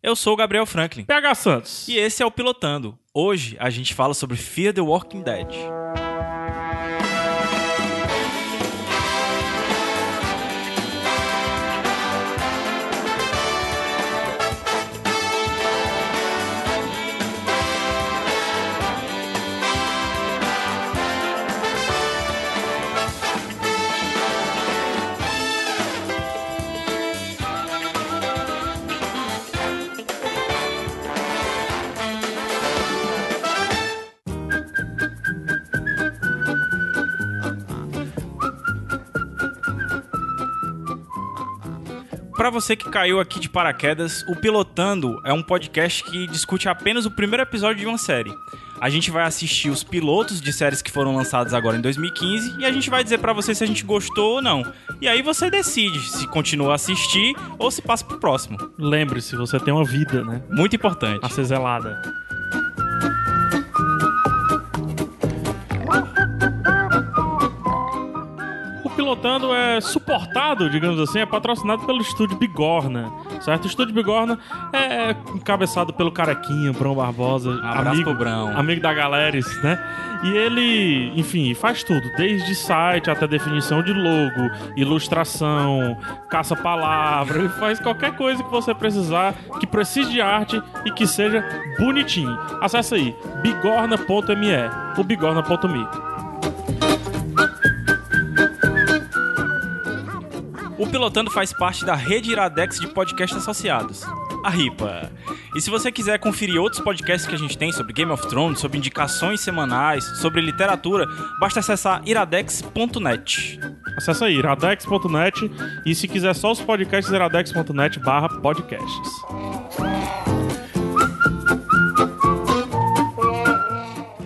Eu sou o Gabriel Franklin PH Santos. e esse é o Pilotando. Hoje a gente fala sobre Fear the Walking Dead. Pra você que caiu aqui de paraquedas, o Pilotando é um podcast que discute apenas o primeiro episódio de uma série. A gente vai assistir os pilotos de séries que foram lançadas agora em 2015 e a gente vai dizer pra você se a gente gostou ou não. E aí você decide se continua a assistir ou se passa pro próximo. Lembre-se, você tem uma vida, né? Muito importante. A ser zelada. O Pilotando é suportado, digamos assim, é patrocinado pelo Estúdio Bigorna, certo? O Estúdio Bigorna é encabeçado pelo Carequinha, Brão Barbosa, Abraço pro Brão. amigo da galera, isso, né? E ele, enfim, faz tudo, desde site até definição de logo, ilustração, caça-palavra, ele faz qualquer coisa que você precisar, que precise de arte e que seja bonitinho. Acesse aí, bigorna.me, o bigorna.me. O Pilotando faz parte da rede Iradex de podcasts associados, a RIPA. E se você quiser conferir outros podcasts que a gente tem sobre Game of Thrones, sobre indicações semanais, sobre literatura, basta acessar iradex.net. Acesse aí, iradex.net e se quiser só os podcasts, iradex.net barra podcasts.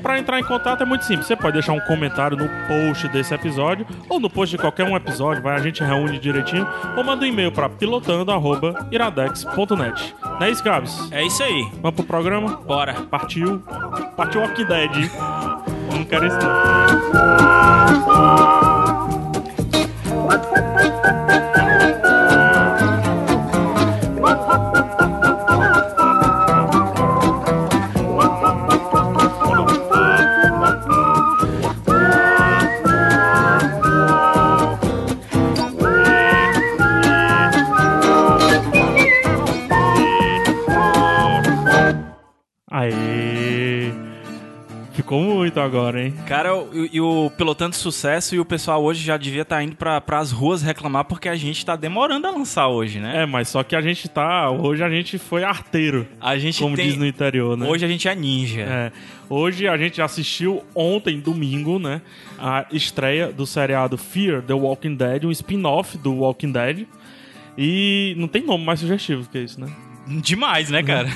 Para entrar em contato é muito simples. Você pode deixar um comentário no post desse episódio ou no post de qualquer um episódio, vai a gente reúne direitinho ou manda um e-mail para pilotando@iradex.net. Não é isso, Gabs? É isso aí. Vamos pro programa? Bora. Partiu. Partiu Walking Dead. Não quero isso. não. Aê. Ficou muito agora, hein? Cara, e e o Pilotando sucesso e o pessoal hoje já devia estar indo para as ruas reclamar porque a gente tá demorando a lançar hoje, né? É, mas só que a gente tá. Hoje a gente foi arteiro. A gente como tem- diz no interior, né? Hoje a gente é ninja. É. Hoje a gente assistiu ontem, domingo, né? A estreia do seriado Fear The Walking Dead, um spin-off do Walking Dead. E não tem nome mais sugestivo que isso, né? Demais, né, cara?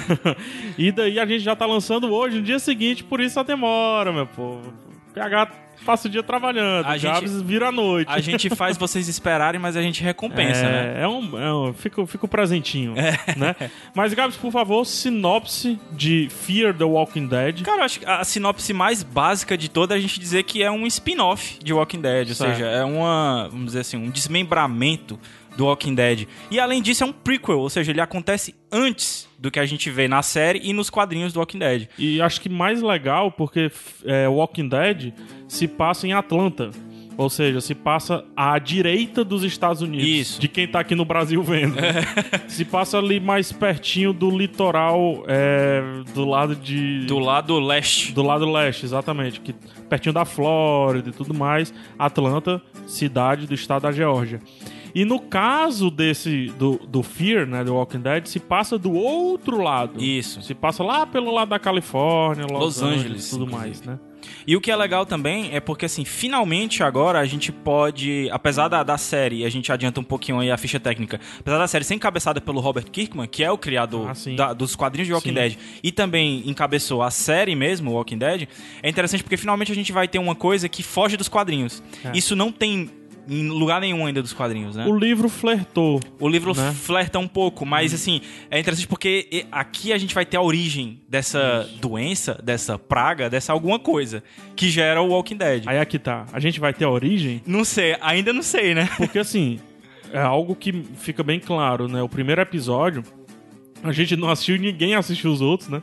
e daí a gente já tá lançando hoje, no dia seguinte, por isso a demora, meu povo. PH passa o dia trabalhando, A o gente- Jabs vira a noite. a gente faz vocês esperarem, mas a gente recompensa, é, né? É. É um, é um- fica, fica um presentinho, né? Mas, Gabs, por favor, sinopse de Fear the Walking Dead. Cara, eu acho que a sinopse mais básica de toda é a gente dizer que é um spin-off de Walking Dead, ou Certo. seja, é uma, vamos dizer assim, um desmembramento do Walking Dead. E além disso é um prequel, ou seja, ele acontece antes do que a gente vê na série e nos quadrinhos do Walking Dead. E acho que mais legal, porque f- é, Walking Dead se passa em Atlanta. Ou seja, se passa à direita dos Estados Unidos. Isso. De quem tá aqui no Brasil vendo. se passa ali mais pertinho do litoral é, do lado de. Do lado leste. Do lado leste, exatamente. Que, pertinho da Flórida e tudo mais. Atlanta, cidade do estado da Geórgia. E no caso desse do, do Fear, né, do Walking Dead, se passa do outro lado. Isso. Se passa lá pelo lado da Califórnia, Los, Los Angeles, Angeles, tudo inclusive. mais, né? E o que é legal também é porque, assim, finalmente agora a gente pode, apesar da, da série, e a gente adianta um pouquinho aí a ficha técnica, apesar da série ser encabeçada pelo Robert Kirkman, que é o criador Ah, sim. da- dos quadrinhos de Walking Sim. Dead, e também encabeçou a série mesmo, Walking Dead, é interessante porque finalmente a gente vai ter uma coisa que foge dos quadrinhos. É. Isso não tem em lugar nenhum ainda dos quadrinhos, né? O livro flertou. O livro Né? Uhum. flerta um pouco, mas assim, é interessante porque e- aqui a gente vai ter a origem dessa doença, dessa praga, dessa alguma coisa que gera o Walking Dead. Aí aqui tá. A gente vai ter a origem, Não sei, ainda não sei, né? porque assim, é algo que fica bem claro, né? O primeiro episódio A gente não assistiu, ninguém assistiu os outros, né?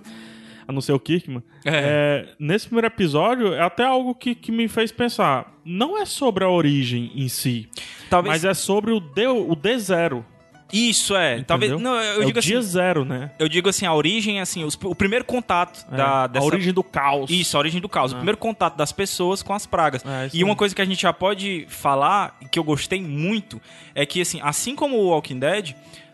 A não ser o Kirkman. É, nesse primeiro episódio, é até algo que, que me fez pensar. Não é sobre a origem em si, Talvez. mas é sobre o, D, o D0. Isso é. Talvez. entendeu? Não, eu, eu é digo o dia assim. zero, né? Eu digo assim, a origem, assim, os- o primeiro contato É, da, A dessa. origem do caos. Isso, a origem do caos. O primeiro contato das pessoas com as pragas. É, isso e uma mesmo. coisa que a gente já pode falar, e que eu gostei muito, é que, assim, assim como o Walking Dead,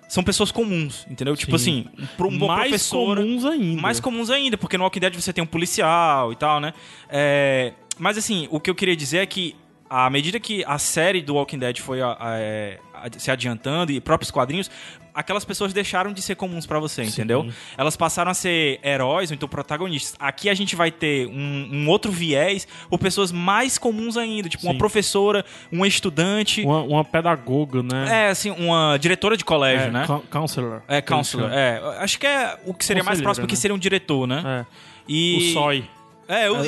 são pessoas comuns, entendeu? Tipo assim, Sim. pro- uma mais professora. comuns ainda. Mais comuns ainda, porque no Walking Dead você tem um policial e tal, né? É, mas assim, o que eu queria dizer é que à medida que a série do Walking Dead foi a- a- é, a- se adiantando e próprios quadrinhos, aquelas pessoas deixaram de ser comuns pra você, entendeu? Elas passaram a ser heróis ou então protagonistas. Aqui a gente vai ter um, um outro viés por pessoas mais comuns ainda, tipo uma Sim. professora, uma estudante, Uma, uma É, pedagoga, né? é assim, uma diretora de colégio, né? coun- Counselor. É, counselor. É, acho que é o que seria mais Conselheira, próximo que né? seria um diretor, né? É. E... O SOI. É, o- Ela- ela é do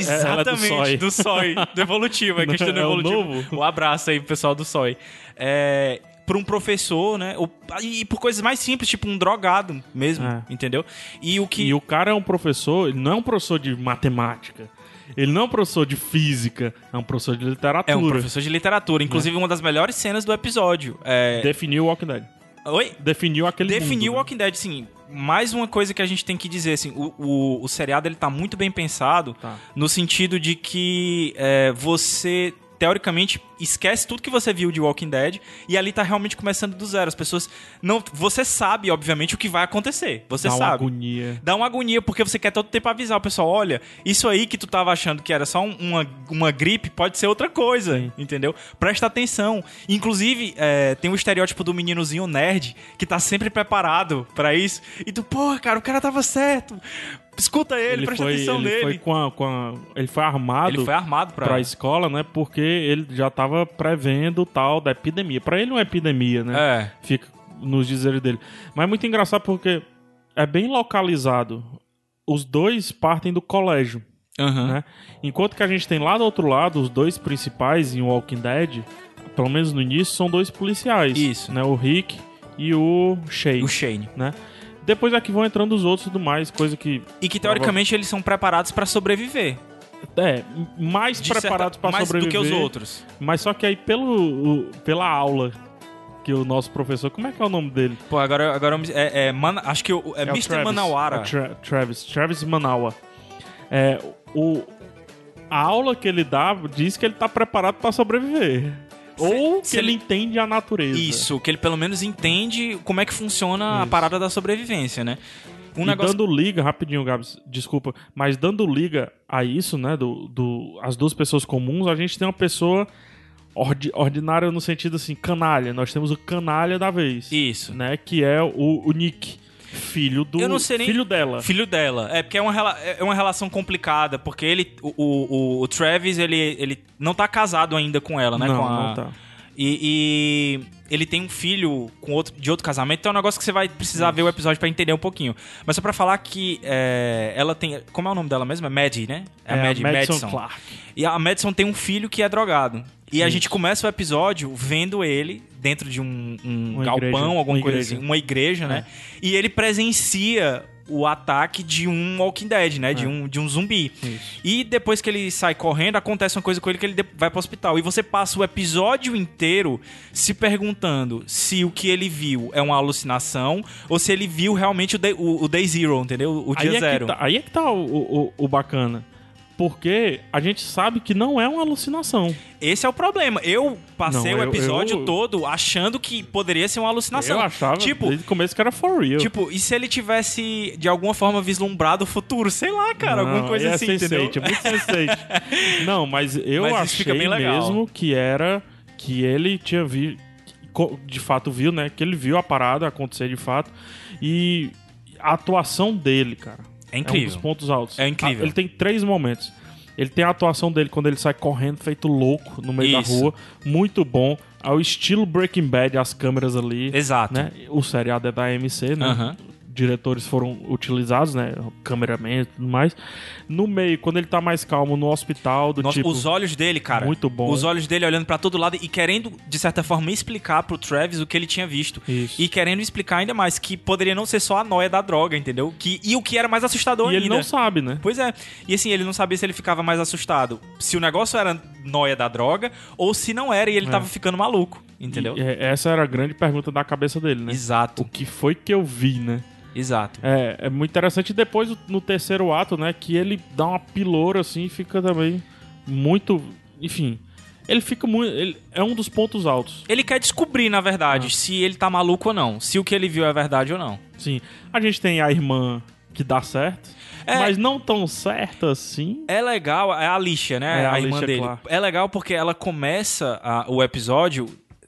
exatamente. SOI. do SOI. Do evolutivo, é questão do É o evolutivo. novo? Um abraço aí pro pessoal do SOI. É, pra um professor, né? ou- e por coisas mais simples, tipo um drogado mesmo, É. entendeu? E o que. E o cara é um professor, ele não é um professor de matemática. Ele não é um professor de física, é um professor de literatura. É um professor de literatura. É. Inclusive, uma das melhores cenas do episódio. É... Definiu o Walking Dead. Oi? Definiu aquele Definiu mundo, né? Walking Dead, sim. Mais uma coisa que a gente tem que dizer, assim, o, o, o seriado ele tá muito bem pensado Tá. no sentido de que é, você teoricamente esquece tudo que você viu de Walking Dead e ali tá realmente começando do zero. As pessoas não, você sabe, obviamente, o que vai acontecer. Você Dá uma sabe. agonia. Dá uma agonia, porque você quer todo tempo avisar o pessoal: olha, isso aí que tu tava achando que era só um- uma, uma gripe pode ser outra coisa, entendeu? Presta atenção. Inclusive, é, tem o estereótipo do meninozinho nerd que tá sempre preparado pra isso. E tu, porra, cara, o cara tava certo. Escuta ele, presta foi, atenção ele nele. Foi com a- com a- ele foi armado ele foi armado pra. pra... escola, né? Porque ele já tava prevendo o tal da epidemia. Pra ele não é epidemia, né? É. fica nos dizeres dele. Mas é muito engraçado porque é bem localizado. Os dois partem do colégio, Aham. né? Enquanto que a gente tem lá do outro lado, os dois principais em Walking Dead, pelo menos no início, são dois policiais. Isso. Né? O Rick e o Shay, O Shane. né? Depois é que vão entrando os outros e tudo mais, coisa que... E que teoricamente eles são preparados pra sobreviver. É, mais De preparados certa- pra mais sobreviver. do que os outros. Mas só que aí pelo, o- pela aula que o nosso professor... Como é que é o nome dele? Pô, agora, agora eu me- é, é, Mana- acho que eu, é, o Mr. Travis, Manawara. é o Tra- Travis, Travis Manawa. É, o, a aula que ele dá diz que ele tá preparado pra sobreviver. Ou se que ele entende a natureza. Isso, que ele pelo menos entende como é que funciona a é. Isso. parada da sobrevivência, né? Um e negócio. dando liga, rapidinho, Gabs, desculpa, mas dando liga a isso, né, do, do, as duas pessoas comuns, a gente tem uma pessoa ordi- ordinária no sentido assim, canalha. Nós temos o canalha da vez. Isso. Né, que é o, o Nick, filho do... Eu não sei nem- Filho dela. Filho dela. É, porque é uma, rela- é uma relação complicada, porque ele. O, o, o Travis, ele, ele não tá casado ainda com ela, né? Não, com a- não tá. E, e ele tem um filho com outro, de outro casamento, então é um negócio que você vai precisar ver o episódio pra entender um pouquinho. Mas só pra falar que é, ela tem. Como é o nome dela mesmo? É Maddie, né? É a Maddie, Madison Madison. Clark. E a Madison tem um filho que é drogado. E a gente começa o episódio vendo ele dentro de um, um Uma galpão, igreja. alguma Uma coisa igreja. É. assim, uma igreja, né? E ele presencia o ataque de um Walking Dead, né? É. De, um, de um zumbi. Isso. E depois que ele sai correndo, acontece uma coisa com ele que ele de- vai pro hospital. E você passa o episódio inteiro se perguntando se o que ele viu é uma alucinação ou se ele viu realmente o Day, o- o day Zero, entendeu? O dia aí zero. É que tá, aí é que tá o, o- o bacana. Porque a gente sabe que não é uma alucinação. Esse é o problema. Eu passei Não, o eu- episódio eu- todo achando que poderia ser uma alucinação. Eu achava Tipo, desde o começo que era for real. tipo, e se ele tivesse de alguma forma vislumbrado o futuro? Sei lá, cara, Não, alguma coisa é assim, sense8, entendeu? É muito sensate. não, mas eu Mas isso achei fica bem legal. mesmo que era que ele tinha vi co- de fato viu, né? Que ele viu a parada acontecer de fato e a atuação dele, cara. É É um dos incrível. pontos altos. É incrível. Ah, Ele tem três momentos. Ele tem a atuação dele quando ele sai correndo feito louco no meio Isso. da rua, muito bom. É Ao estilo Breaking Bad, as câmeras ali, Exato. né? O seriado é da AMC, né? Aham. diretores foram utilizados, né? Cameraman e tudo mais. No meio, quando ele tá mais calmo, no hospital, do Nossa, tipo. os olhos dele, cara. Muito bom. Os olhos dele olhando pra todo lado e querendo, de certa forma, explicar pro Travis o que ele tinha visto. Isso. E querendo explicar ainda mais que poderia não ser só a noia da droga, entendeu? Que, e o que era mais assustador E ainda. ele não sabe, né? Pois é. E assim, ele não sabia se ele ficava mais assustado se o negócio era noia da droga ou se não era e ele tava ficando maluco, entendeu? É. E, é, essa era a grande pergunta da cabeça dele, né? O Exato, que foi que eu vi, né? exato. É, é muito interessante. E depois, o- no terceiro ato, né? Que ele dá uma piloura, assim, e fica também muito... Enfim, ele fica muito... Ele, é um dos pontos altos, Ele quer descobrir, na É. verdade, se ele tá maluco ou não, se o que ele viu é verdade ou não. sim. A gente tem a irmã que dá certo, É. mas não tão certa assim. É legal, é a Alicia, né? É, a a irmã Alicia dele. Clarke. É legal porque ela começa a- o episódio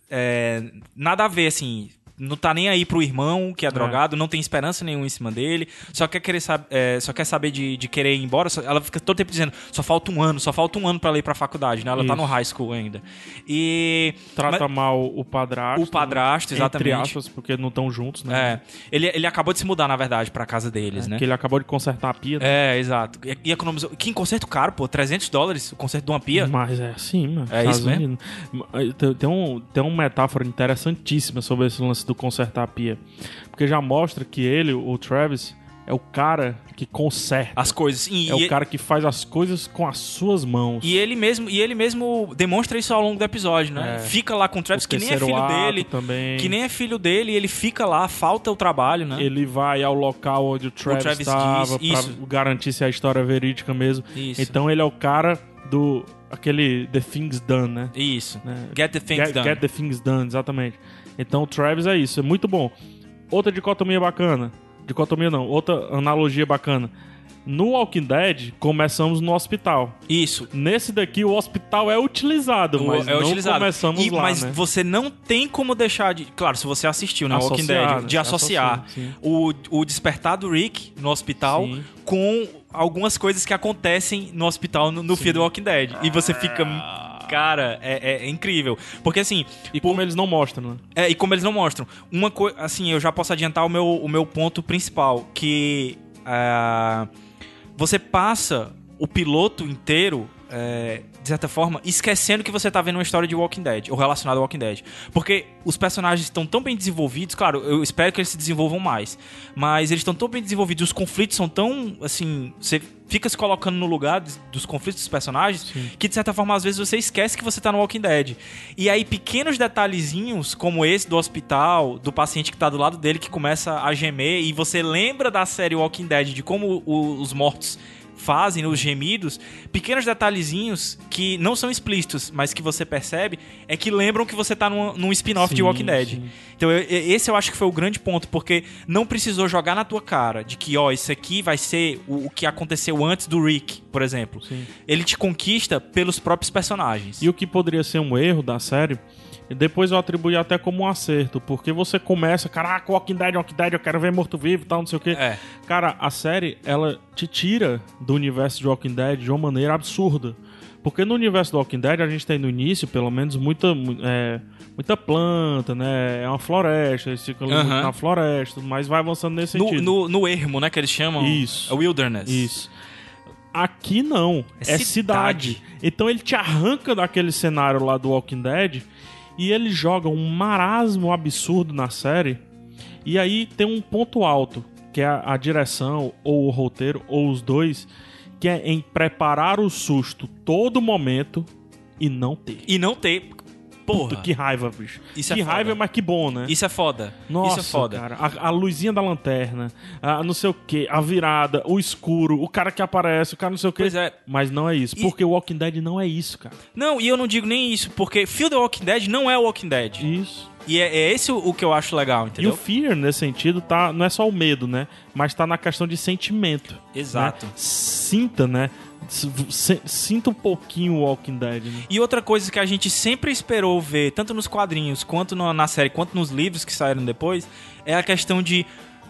é, nada a ver, assim. Não tá nem aí pro irmão que é drogado, não tem esperança nenhuma em cima dele, só quer, querer sab é, só quer saber de, de querer ir embora. só- ela fica todo tempo dizendo: só falta um ano, só falta um ano pra ela ir pra faculdade, né? Ela tá Isso. no high school ainda. E. Trata mas- mal o padrasto. o padrasto, né? Entre exatamente. aspas, porque não estão juntos, né? É, ele, ele acabou de se mudar, na verdade, pra casa deles, né? Porque É, ele acabou de consertar a pia. né? É, exato. E, e economizou. Que em concerto caro, pô, 300 dólares o concerto de uma pia. Mas é assim, mano. É Estados isso mesmo? Unidos. Tem, tem um, tem uma metáfora interessantíssima sobre esse lance do consertar a pia. Porque já mostra que ele, o Travis, é o cara que conserta. As coisas. E, é e- o cara que faz as coisas com as suas mãos. E ele mesmo, e ele mesmo demonstra isso ao longo do episódio, né? É. Fica lá com o Travis, O que nem é terceiro filho ato dele. também. Que nem é filho dele, ele fica lá, falta o trabalho, né? Ele vai ao local onde o Travis Travis estava diz, isso. pra garantir se é a história verídica mesmo. Isso. Então ele é o cara do aquele The Things Done, né? Isso. Né? Get the things get, done. Get the things done, exatamente. Então o Travis é isso, é muito bom. Outra dicotomia bacana. Dicotomia não, outra analogia bacana. No Walking Dead, começamos no hospital. Isso. Nesse daqui, o hospital é utilizado, O- mas é não utilizado. começamos E- lá, mas né? você não tem como deixar de. Claro, se você assistiu, né? Associar, Walking Dead, né? de associar Associar, sim. o, o despertar do Rick no hospital Sim. com algumas coisas que acontecem no hospital no, no fim do Walking Dead. E você fica. Ah. Cara, é, é- é incrível. Porque assim. E como eles não mostram, né? É, e como eles não mostram. Uma coisa. Assim, eu já posso adiantar o meu, o meu ponto principal. Que. ah, você passa o piloto inteiro. é, de certa forma, esquecendo que você tá vendo uma história de Walking Dead, ou relacionada a Walking Dead. Porque os personagens estão tão bem desenvolvidos, claro, eu espero que eles se desenvolvam mais, mas eles estão tão bem desenvolvidos, os conflitos são tão, assim, você fica se colocando no lugar dos- dos conflitos dos personagens, Sim. que de certa forma às vezes você esquece que você tá no Walking Dead. E aí pequenos detalhezinhos como esse do hospital, do paciente que tá do lado dele que começa a gemer e você lembra da série Walking Dead de como o- os mortos fazem os gemidos, pequenos detalhezinhos que não são explícitos, mas que você percebe é que lembram que você tá num, num spin-off de Sim, Walking Dead. sim. Então eu- e- esse eu acho que foi o grande ponto, porque não precisou jogar na tua cara de que, ó, isso aqui vai ser o, o que aconteceu antes do Rick, por exemplo. Sim. Ele te conquista pelos próprios personagens. E o que poderia ser um erro da série, depois eu atribuí até como um acerto, porque você começa, caraca, Walking Dead, Walking Dead, eu quero ver morto-vivo e tal, não sei o quê. É. Cara, a série, ela te tira do universo de Walking Dead de uma maneira absurda. Porque no universo do Walking Dead, a gente tem no início, pelo menos, muita, mu- é, muita planta, né? É uma floresta, eles ficam ali Aham. muito na floresta, tudo mais vai avançando nesse No, sentido. no, no ermo, né, que eles chamam? Isso. É Wilderness. Isso. Aqui não. É É, cidade. cidade. Então ele te arranca daquele cenário lá do Walking Dead e ele joga um marasmo absurdo na série. E aí tem um ponto alto, que é a, a direção, ou o roteiro, ou os dois, que é em preparar o susto todo momento e não ter. E não ter... Porra, Que raiva, bicho. Isso é que foda. raiva, mas que bom, né? isso é foda. Nossa, isso é foda. cara, a, a luzinha da lanterna, a não sei o que, a virada, o escuro, o cara que aparece, o cara não sei o que. Pois é. Mas não é isso, E- porque o Walking Dead não é isso, cara. Não, e eu não digo nem isso, porque Fear the Walking Dead não é Walking Dead. Isso. E é, é esse o, o que eu acho legal, E entendeu? o fear, nesse sentido, tá, não é só o medo, né? Mas tá na questão de sentimento. né? Exato. Sinta, né? S- se- Sinta um pouquinho o Walking Dead, né? E outra coisa que a gente sempre esperou ver, tanto nos quadrinhos, quanto no- na série, quanto nos livros que saíram depois, é a questão de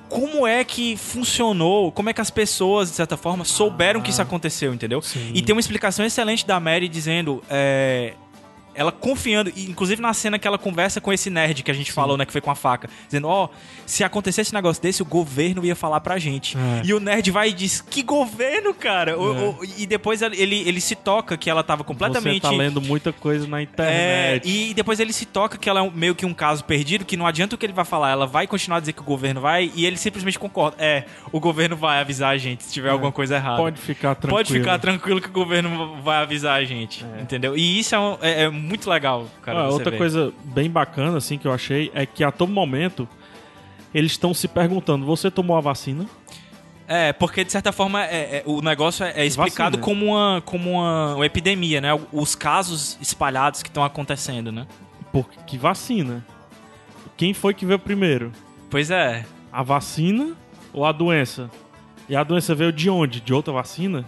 como é que funcionou, como é que as pessoas, de certa forma, souberam que isso aconteceu, entendeu? Ah, sim. E tem uma explicação excelente da Mary dizendo. É, ela confiando, e inclusive na cena que ela conversa com esse nerd que a gente falou, né, que foi com a faca, dizendo, ó, se acontecesse esse negócio desse, o governo ia falar pra gente. É. E o nerd vai e diz, que governo, cara? O- o- e depois ele, ele ele se toca que ela tava Você completamente... tá lendo muita coisa na É, internet. e depois ele se toca que ela é um- meio que um caso perdido, que não adianta o que ele vai falar, ela vai continuar a dizer que o governo vai, e ele simplesmente concorda. É, o governo vai avisar a gente se tiver alguma coisa errada. É. Pode ficar tranquilo. Pode ficar tranquilo que o governo vai avisar a gente, entendeu? E isso é, um- é- é muito legal, cara. Ah, você outra ver. coisa bem bacana, assim, que eu achei, é que a todo momento eles estão se perguntando: você tomou a vacina? É, porque de certa forma é- é- o negócio é, é explicado Vacina. como, uma, como uma, uma epidemia, né? Os casos espalhados que estão acontecendo, né? Porque que vacina? Quem foi que veio primeiro? Pois é. A vacina ou a doença? E a doença veio de onde? De outra vacina?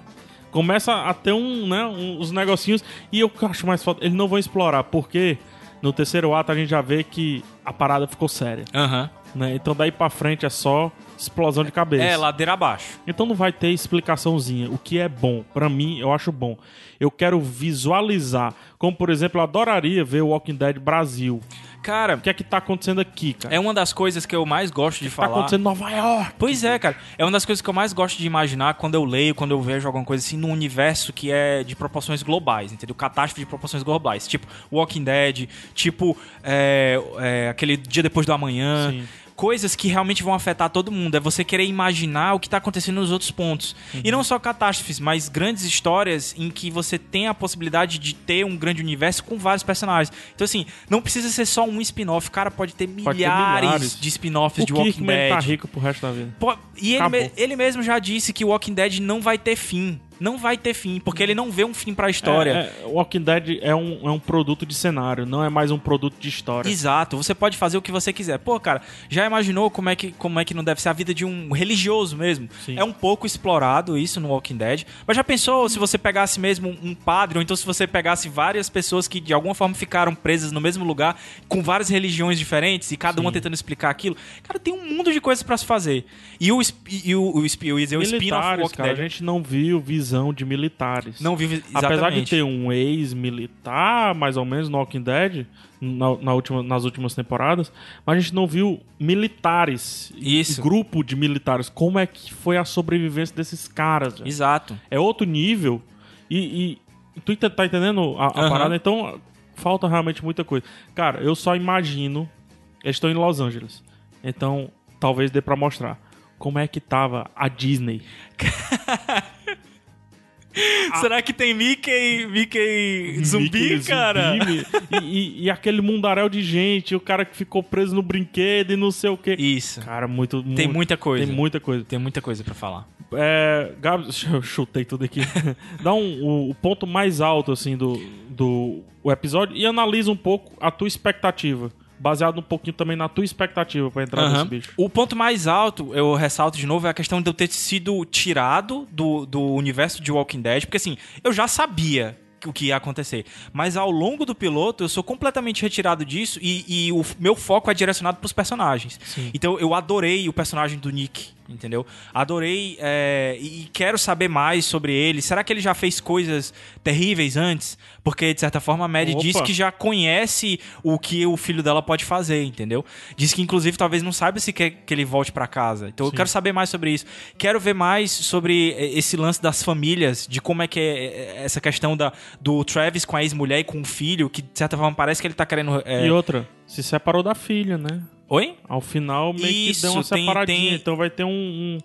Começa a ter um, né, um- uns negocinhos. E eu acho mais foda. Eles não vão explorar, porque no terceiro ato a gente já vê que a parada ficou séria. Aham. né? Então daí pra frente é só explosão de cabeça. É, ladeira abaixo. Então não vai ter explicaçãozinha. O que é bom. Pra mim, eu acho bom. Eu quero visualizar. Como, por exemplo, eu adoraria ver o Walking Dead Brasil. Cara, O que é que tá acontecendo aqui, cara? é uma das coisas que eu mais gosto de tá falar. acontecendo em Nova York. Pois é, cara. É uma das coisas que eu mais gosto de imaginar quando eu leio, quando eu vejo alguma coisa assim, num universo que é de proporções globais, entendeu? Catástrofe de proporções globais. Tipo Walking Dead, tipo é, é, aquele Dia Depois do Amanhã. Sim. Coisas que realmente vão afetar todo mundo. É você querer imaginar o que tá acontecendo nos outros pontos. Uhum. E não só catástrofes, mas grandes histórias em que você tem a possibilidade de ter um grande universo com vários personagens. Então, assim, não precisa ser só um spin-off. Cara, pode ter milhares, Pode ter milhares. de O spin-offs de Walking Kirkman Dead. tá rico pro resto da vida. Po- E ele, Acabou. me- ele mesmo já disse que Walking Dead não vai ter fim. Não vai ter fim, porque ele não vê um fim pra história. É, é, Walking Dead é um, é um produto de cenário, não é mais um produto de história. Exato, você pode fazer o que você quiser. Pô, cara, já imaginou como é que, como é que não deve ser a vida de um religioso mesmo? Sim. É um pouco explorado isso no Walking Dead. Mas já pensou se você pegasse mesmo um padre, ou então se você pegasse várias pessoas que de alguma forma ficaram presas no mesmo lugar, com várias religiões diferentes, e cada uma tentando explicar aquilo? Cara, tem um mundo de coisas pra se fazer. E o, sp- e o, o, sp- eu ia dizer, o é um spin-off do militares, Walking cara, Dead. né? a gente não viu visão de militares. Não vive exatamente. Apesar de ter um ex-militar, mais ou menos, no Walking Dead, na, na última, nas últimas temporadas, mas a gente não viu militares, Isso. grupo de militares. Como é que foi a sobrevivência desses caras? velho? Exato. É outro nível. E, e tu ente- tá entendendo a, a Aham. parada? Então, falta realmente muita coisa. Cara, eu só imagino. Eles estão em Los Angeles. Então, talvez dê pra mostrar. Como é que tava a Disney? Será que tem Mickey, Mickey zumbi, Mickey, cara? zumbi, e, e- e aquele mundaréu de gente, o cara que ficou preso no brinquedo e não sei o quê. Isso. Cara, muito. Tem muita coisa. Tem muita coisa. Tem muita coisa pra falar. É, Gabs, eu chutei tudo aqui. Dá um, o- o ponto mais alto, assim, do, do o episódio e analisa um pouco a tua expectativa. Baseado um pouquinho também na tua expectativa pra entrar nesse Aham. bicho. O ponto mais alto, eu ressalto de novo, é a questão de eu ter sido tirado do, do universo de Walking Dead, porque assim, eu já sabia que- o que ia acontecer. Mas ao longo do piloto, eu sou completamente retirado disso e, e o f- meu foco é direcionado pros personagens. Então eu adorei o personagem do Nick, entendeu? Adorei é, e e quero saber mais sobre ele. Será que ele já fez coisas terríveis antes? Porque, de certa forma, a Mary Opa. diz que já conhece o que o filho dela pode fazer, entendeu? Diz que, inclusive, talvez não saiba se quer que ele volte pra casa. Então eu quero saber mais sobre isso. Quero ver mais sobre eh, esse lance das famílias, de como é que é eh, essa questão da, do Travis com a ex-mulher e com o filho, que, de certa forma, parece que ele tá querendo... eh, E outra, se separou da filha, né? Oi? Ao final meio que deu uma Isso, tem- separadinha. tem- Então vai ter um. um...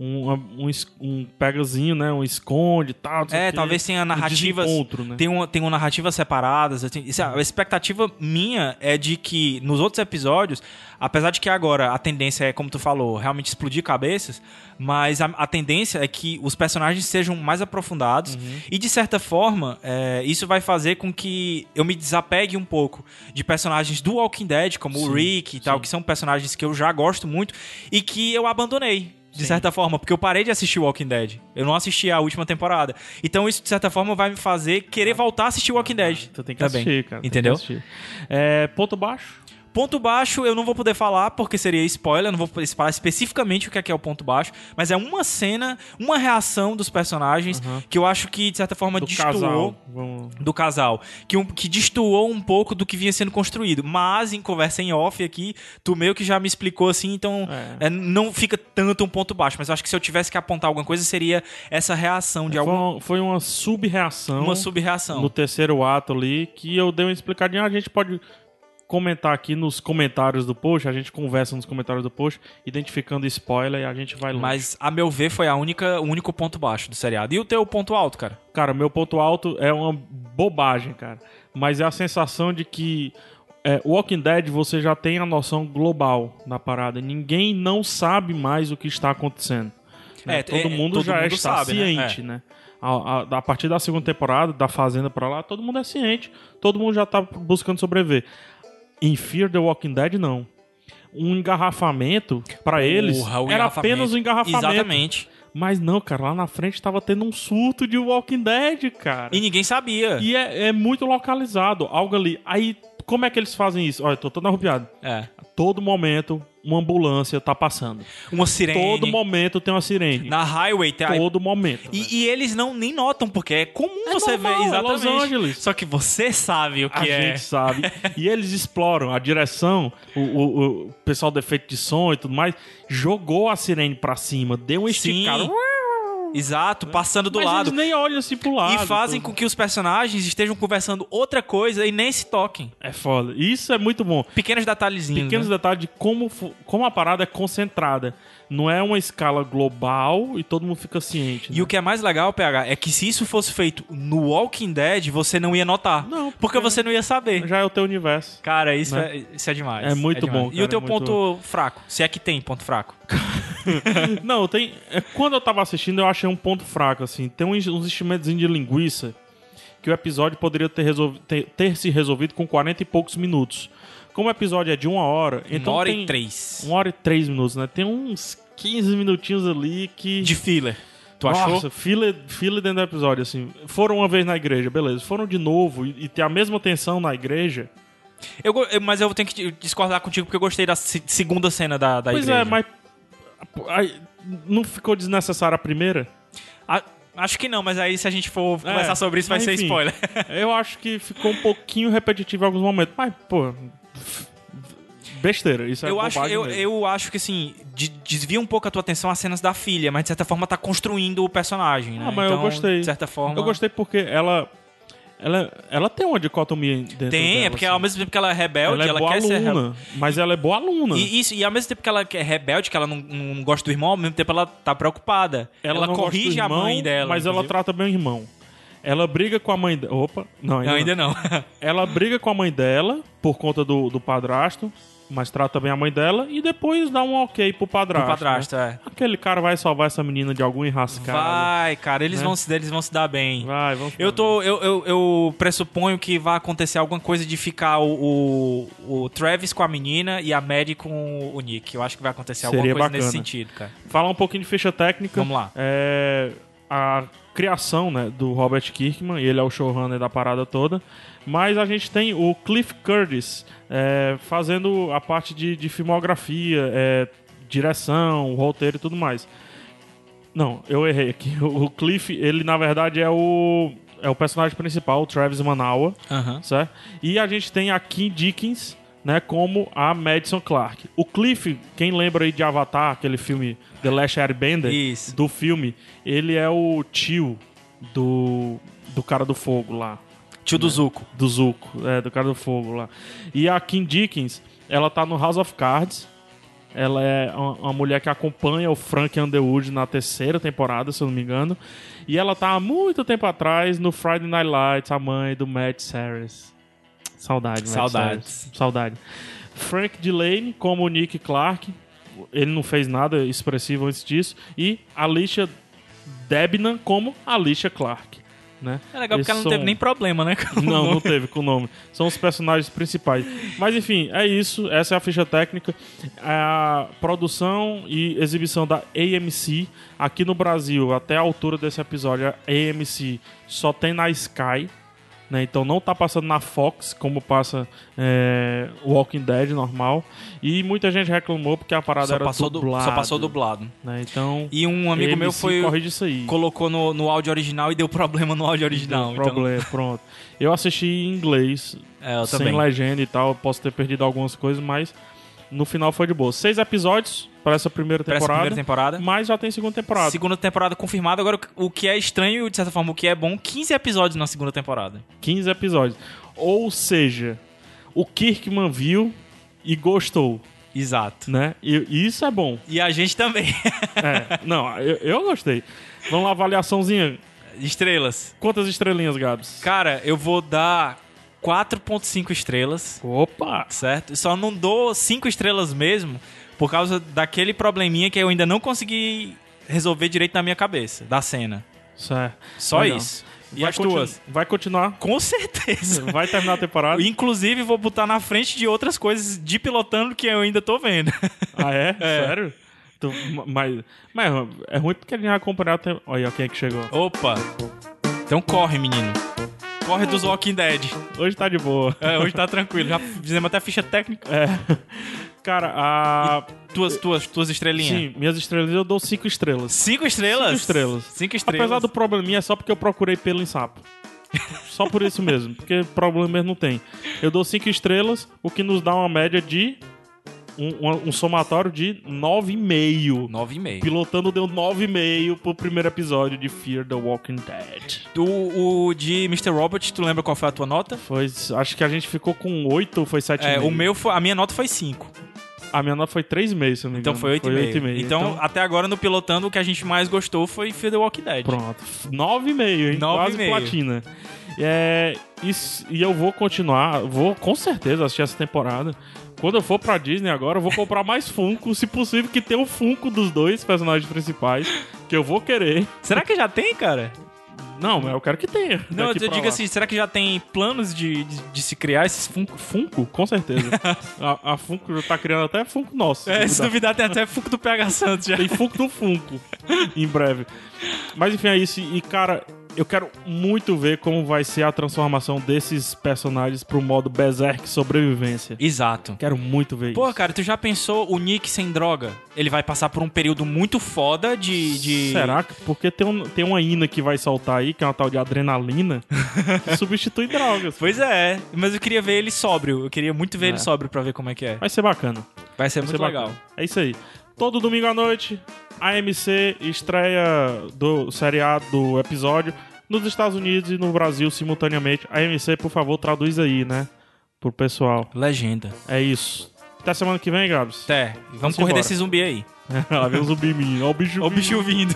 Um, um, es- um pegazinho, né? Um esconde e tal. não sei o É, quê. talvez tenha Um narrativas. desencontro, né? Tem, uma, tem uma narrativas separadas. assim, isso é- a expectativa minha é de que nos outros episódios, apesar de que agora a tendência é, como tu falou, realmente explodir cabeças, mas a, a tendência é que os personagens sejam mais aprofundados Uhum. e, de certa forma, é, isso vai fazer com que eu me desapegue um pouco de personagens do Walking Dead, como o Rick e tal, que são personagens que eu já gosto muito e que eu abandonei. De certa forma, porque eu parei de assistir Walking Dead. Eu não assisti a última temporada. Então isso, de certa forma, vai me fazer querer voltar a assistir Walking Dead. Tu Ah, então tem que também. assistir, cara. tem que Entendeu? assistir. É, ponto baixo. Ponto baixo eu não vou poder falar porque seria spoiler, eu não vou poder falar especificamente o que é, que é o ponto baixo, mas é uma cena, uma reação dos personagens Uhum. que eu acho que de certa forma do destoou casal. Vamos... do casal, que, um, que destoou um pouco do que vinha sendo construído. Mas, em conversa em off aqui, tu meio que já me explicou assim, então É. é, não fica tanto um ponto baixo. Mas eu acho que se eu tivesse que apontar alguma coisa, seria essa reação de É, Foi, um alguma uma, foi uma sub-reação uma sub-reação. no terceiro ato ali que eu dei uma explicadinha. Ah, A gente pode comentar aqui nos comentários do post, a gente conversa nos comentários do post, identificando spoiler e a gente vai longe. Mas, a meu ver, foi a única, o único ponto baixo do seriado. E o teu ponto alto, cara? Cara, meu ponto alto é uma bobagem, cara. Mas é a sensação de que é, Walking Dead você já tem a noção global da parada. Ninguém não sabe mais o que está acontecendo. né? É, todo é, mundo todo já mundo está sabe, né? ciente, né? A, a- a partir da segunda temporada, da Fazenda pra lá, todo mundo é ciente. Todo mundo já tá buscando sobreviver. Em Fear the Walking Dead, não. Um engarrafamento, pra eles, Porra, o era apenas um engarrafamento. Exatamente. Mas não, cara, lá na frente tava tendo um surto de Walking Dead, cara. E ninguém sabia. E é, é muito localizado, algo ali. Aí, como é que eles fazem isso? Olha, eu tô todo arrupiado. É. A todo momento, uma ambulância tá passando. Uma sirene. Todo momento tem uma sirene. Na highway, tem Todo momento. né? E, e eles não nem notam, porque é comum É você normal, ver é exatamente. Los Angeles. Só que você sabe o que A é. gente sabe. E eles exploram a direção, o, o- o pessoal do efeito de som e tudo mais, jogou a sirene pra cima, deu um Sim. esticado. Exato, Né? passando do Mas lado. eles nem olham assim pro lado. E fazem tudo. com que os personagens estejam conversando outra coisa e nem se toquem. É foda. Isso é muito bom. Pequenos detalhezinhos. pequenos né? detalhes de como, fo- como a parada é concentrada. Não é uma escala global e todo mundo fica ciente. E né? o que é mais legal, PH, é que se isso fosse feito no Walking Dead, você não ia notar. Ah, Não, Porque você não ia saber. Já é o teu universo. Cara, isso, Né? é, isso é demais. É muito demais. bom, E cara, o teu é muito ponto fraco? Se é que tem ponto fraco. Não, tem. é, Quando eu tava assistindo, eu achei um ponto fraco, assim. Tem uns uns enchimentozinhos de linguiça que o episódio poderia ter, resolvi- ter, ter se resolvido com 40 e poucos minutos. Como o episódio é de uma hora, então. uma hora tem- e três. Uma hora e três minutos, né? Tem uns 15 minutinhos ali que. De filler. Tu achou? Nossa, fila, fila dentro do episódio, assim. Foram uma vez na igreja, beleza. Foram de novo e, e ter a mesma tensão na igreja. Eu, go- eu- mas eu tenho que te- discordar contigo porque eu gostei da se- segunda cena da, da pois igreja. é, mas. aí, não ficou desnecessária a primeira? A- acho que não, mas aí se a gente for conversar É, sobre isso vai mas ser enfim. spoiler. Eu acho que ficou um pouquinho repetitivo em alguns momentos. Mas, pô. Besteira, isso é eu, acho, bobagem eu, mesmo. eu acho que assim, de- desvia um pouco a tua atenção às cenas da filha, mas de certa forma tá construindo o personagem, né? Ah, mas eu Então, gostei. De certa forma. Eu gostei porque ela. Ela, ela tem uma dicotomia dentro Tem, dela, é porque assim. ao mesmo tempo que ela é rebelde, ela é ela, boa quer ser rebelde. aluna, mas ela é boa aluna. E, isso, e ao mesmo tempo que ela é rebelde, que ela não, não gosta do irmão, ao mesmo tempo ela tá preocupada. não gosta do corrige irmão, a mãe dela. Mas ela inclusive. trata bem o irmão. Ela briga com a mãe dela. Opa, não, ainda, Não, não. ainda não. Um Ela briga com a mãe dela por conta do, do padrasto, mas trata bem a mãe dela e depois dá um ok pro padrasto. o padrasto, né? é. Aquele cara vai salvar essa menina de algum enrascado. Vai, cara, eles, né? vão, se, eles vão se dar bem. Vai, vamos Eu tô. Eu, eu, eu pressuponho que vai acontecer alguma coisa de ficar o, o, o Travis com a menina e a Maddie com o Nick. Eu acho que vai acontecer alguma Seria coisa bacana. nesse sentido, cara. Falar um pouquinho de ficha técnica. Vamos lá. É, a criação né, do Robert Kirkman, ele é o showrunner da parada toda. Mas a gente tem o Cliff Curtis é, fazendo a parte de, de filmografia, é, direção, roteiro e tudo mais. Não, eu errei aqui. O Cliff, ele na verdade é o, é o personagem principal, o Travis Manawa certo? E a gente tem a Kim Dickens, né, como a Madison Clark. O Cliff, quem lembra aí de Avatar, aquele filme The Last Airbender, Isso. do filme, ele é o tio do, do cara do fogo lá, Tio Né? do Zuko. do Zuko, é, do cara do fogo lá. E a Kim Dickens, ela tá no House of Cards, ela é uma, uma mulher que acompanha o Frank Underwood na terceira temporada, se eu não me engano. E ela tá há muito tempo atrás no Friday Night Lights, a mãe do Matt Harris. Saudade, Matt Saudades. Harris. Saudade. Frank Delaney como Nick Clark. Ele não fez nada expressivo antes disso. E Alicia Debnan como Alicia Clark. Né? É legal Eles porque ela não são- um teve nem problema, né? com o não, nome. não teve com o nome. São os personagens principais. Mas enfim, é isso. Essa é a ficha técnica. É A produção e exibição da AMC aqui no Brasil, até a altura desse episódio, a AMC só tem na Sky. né? Então não tá passando na Fox como passa é, Walking Dead normal. E muita gente reclamou porque a parada Só era passou, du- dublada. só passou dublado. né? Então E um amigo ele meu se foi. corrige isso aí. Colocou no, no áudio original e deu problema no áudio original. Não, então- problema, pronto. Eu assisti em inglês, É, eu sem também. legenda e tal, eu posso ter perdido algumas coisas, mas no final foi de boa. Seis episódios para essa primeira Pra essa temporada, primeira temporada. mas já tem segunda temporada. Segunda temporada confirmada. Agora, o que é estranho e, de certa forma, o que é bom, 15 episódios na segunda temporada. 15 episódios. Ou seja, o Kirkman viu e gostou, Exato. né? E e isso é bom. E a gente também. É, não, eu, eu gostei. Vamos lá, avaliaçãozinha. Estrelas. Quantas estrelinhas, Gabs? Cara, eu vou dar 4.5 estrelas, Opa! certo? Só não dou 5 estrelas mesmo por causa daquele probleminha que eu ainda não consegui resolver direito na minha cabeça, da cena. Certo. Só Legal. isso. E é. Vai as continu- tuas? Vai continuar. Com certeza. Vai terminar a temporada. Inclusive, vou botar na frente de outras coisas de pilotando que eu ainda tô vendo. Ah, é? Sério? Tu- ma- mas, mas é ruim porque ele já acompanhou até. Olha quem é que chegou. Opa! Então corre, menino. Corre dos Walking Dead. Hoje tá de boa. É, hoje tá tranquilo. Já fizemos até a ficha técnica. É. Cara, a. Tuas, tuas, tuas estrelinhas. Sim, minhas estrelas eu dou cinco estrelas. Cinco estrelas? Cinco estrelas. Cinco estrelas. Apesar do probleminha, é só porque eu procurei pelo em sapo. Só por isso mesmo, porque problema não tem. Eu dou cinco estrelas, o que nos dá uma média de. Um, um- um somatório de 9,5. Nove e meio. Pilotando deu 9,5 pro primeiro episódio de Fear the Walking Dead. O, o de Mr. Robert, tu lembra qual foi a tua nota? Foi, acho que a gente ficou com 8 ou foi 7 É, o meu foi, a minha nota foi cinco. A minha nota foi 3 meses, se eu não me Então engano. foi oito e meio. oito meio. Então, até agora no pilotando, o que a gente mais gostou foi Fear the Walking Dead. pronto. 9,5, hein? Nove e Quase meio. platina. É, isso- e eu vou continuar, vou com certeza assistir essa temporada. Quando eu for pra Disney agora, eu vou comprar mais Funko, se possível, que tenha o Funko dos dois personagens principais, que eu vou querer. Será que já tem, cara? Não, mas eu quero que tenha. Não, eu daqui pra digo lá. assim, será que já tem planos de, de, de se criar esses Funko? Funko, com certeza. a, a Funko já tá criando até Funko nosso. É, se duvidar, tem até Funko do PH Santos já. Tem Funko do Funko em breve. Mas enfim, é isso. E cara, eu quero muito ver como vai ser a transformação desses personagens pro modo Berserk sobrevivência. Exato. Quero muito ver Pô, isso. cara, tu já pensou o Nick sem droga? Ele vai passar por um período muito foda de. de... Será que? Porque tem, um, tem uma ina que vai soltar aí, que é uma tal de adrenalina, que substitui drogas. Pois é, mas eu queria ver ele sóbrio. Eu queria muito ver É. ele sóbrio pra ver como é que é. Vai ser bacana. Vai ser muito Vai ser legal. bacana. É isso aí. Todo domingo à noite, AMC estreia do seriado do episódio nos Estados Unidos e no Brasil simultaneamente. AMC, por favor, traduz aí, né? Pro pessoal. Legenda. É isso. Até semana que vem, Gabs. Até. É, Vamos, Vamos correr embora. desse zumbi aí. Lá vem o zumbi em mim. Ó o bicho. Ó o bicho vindo.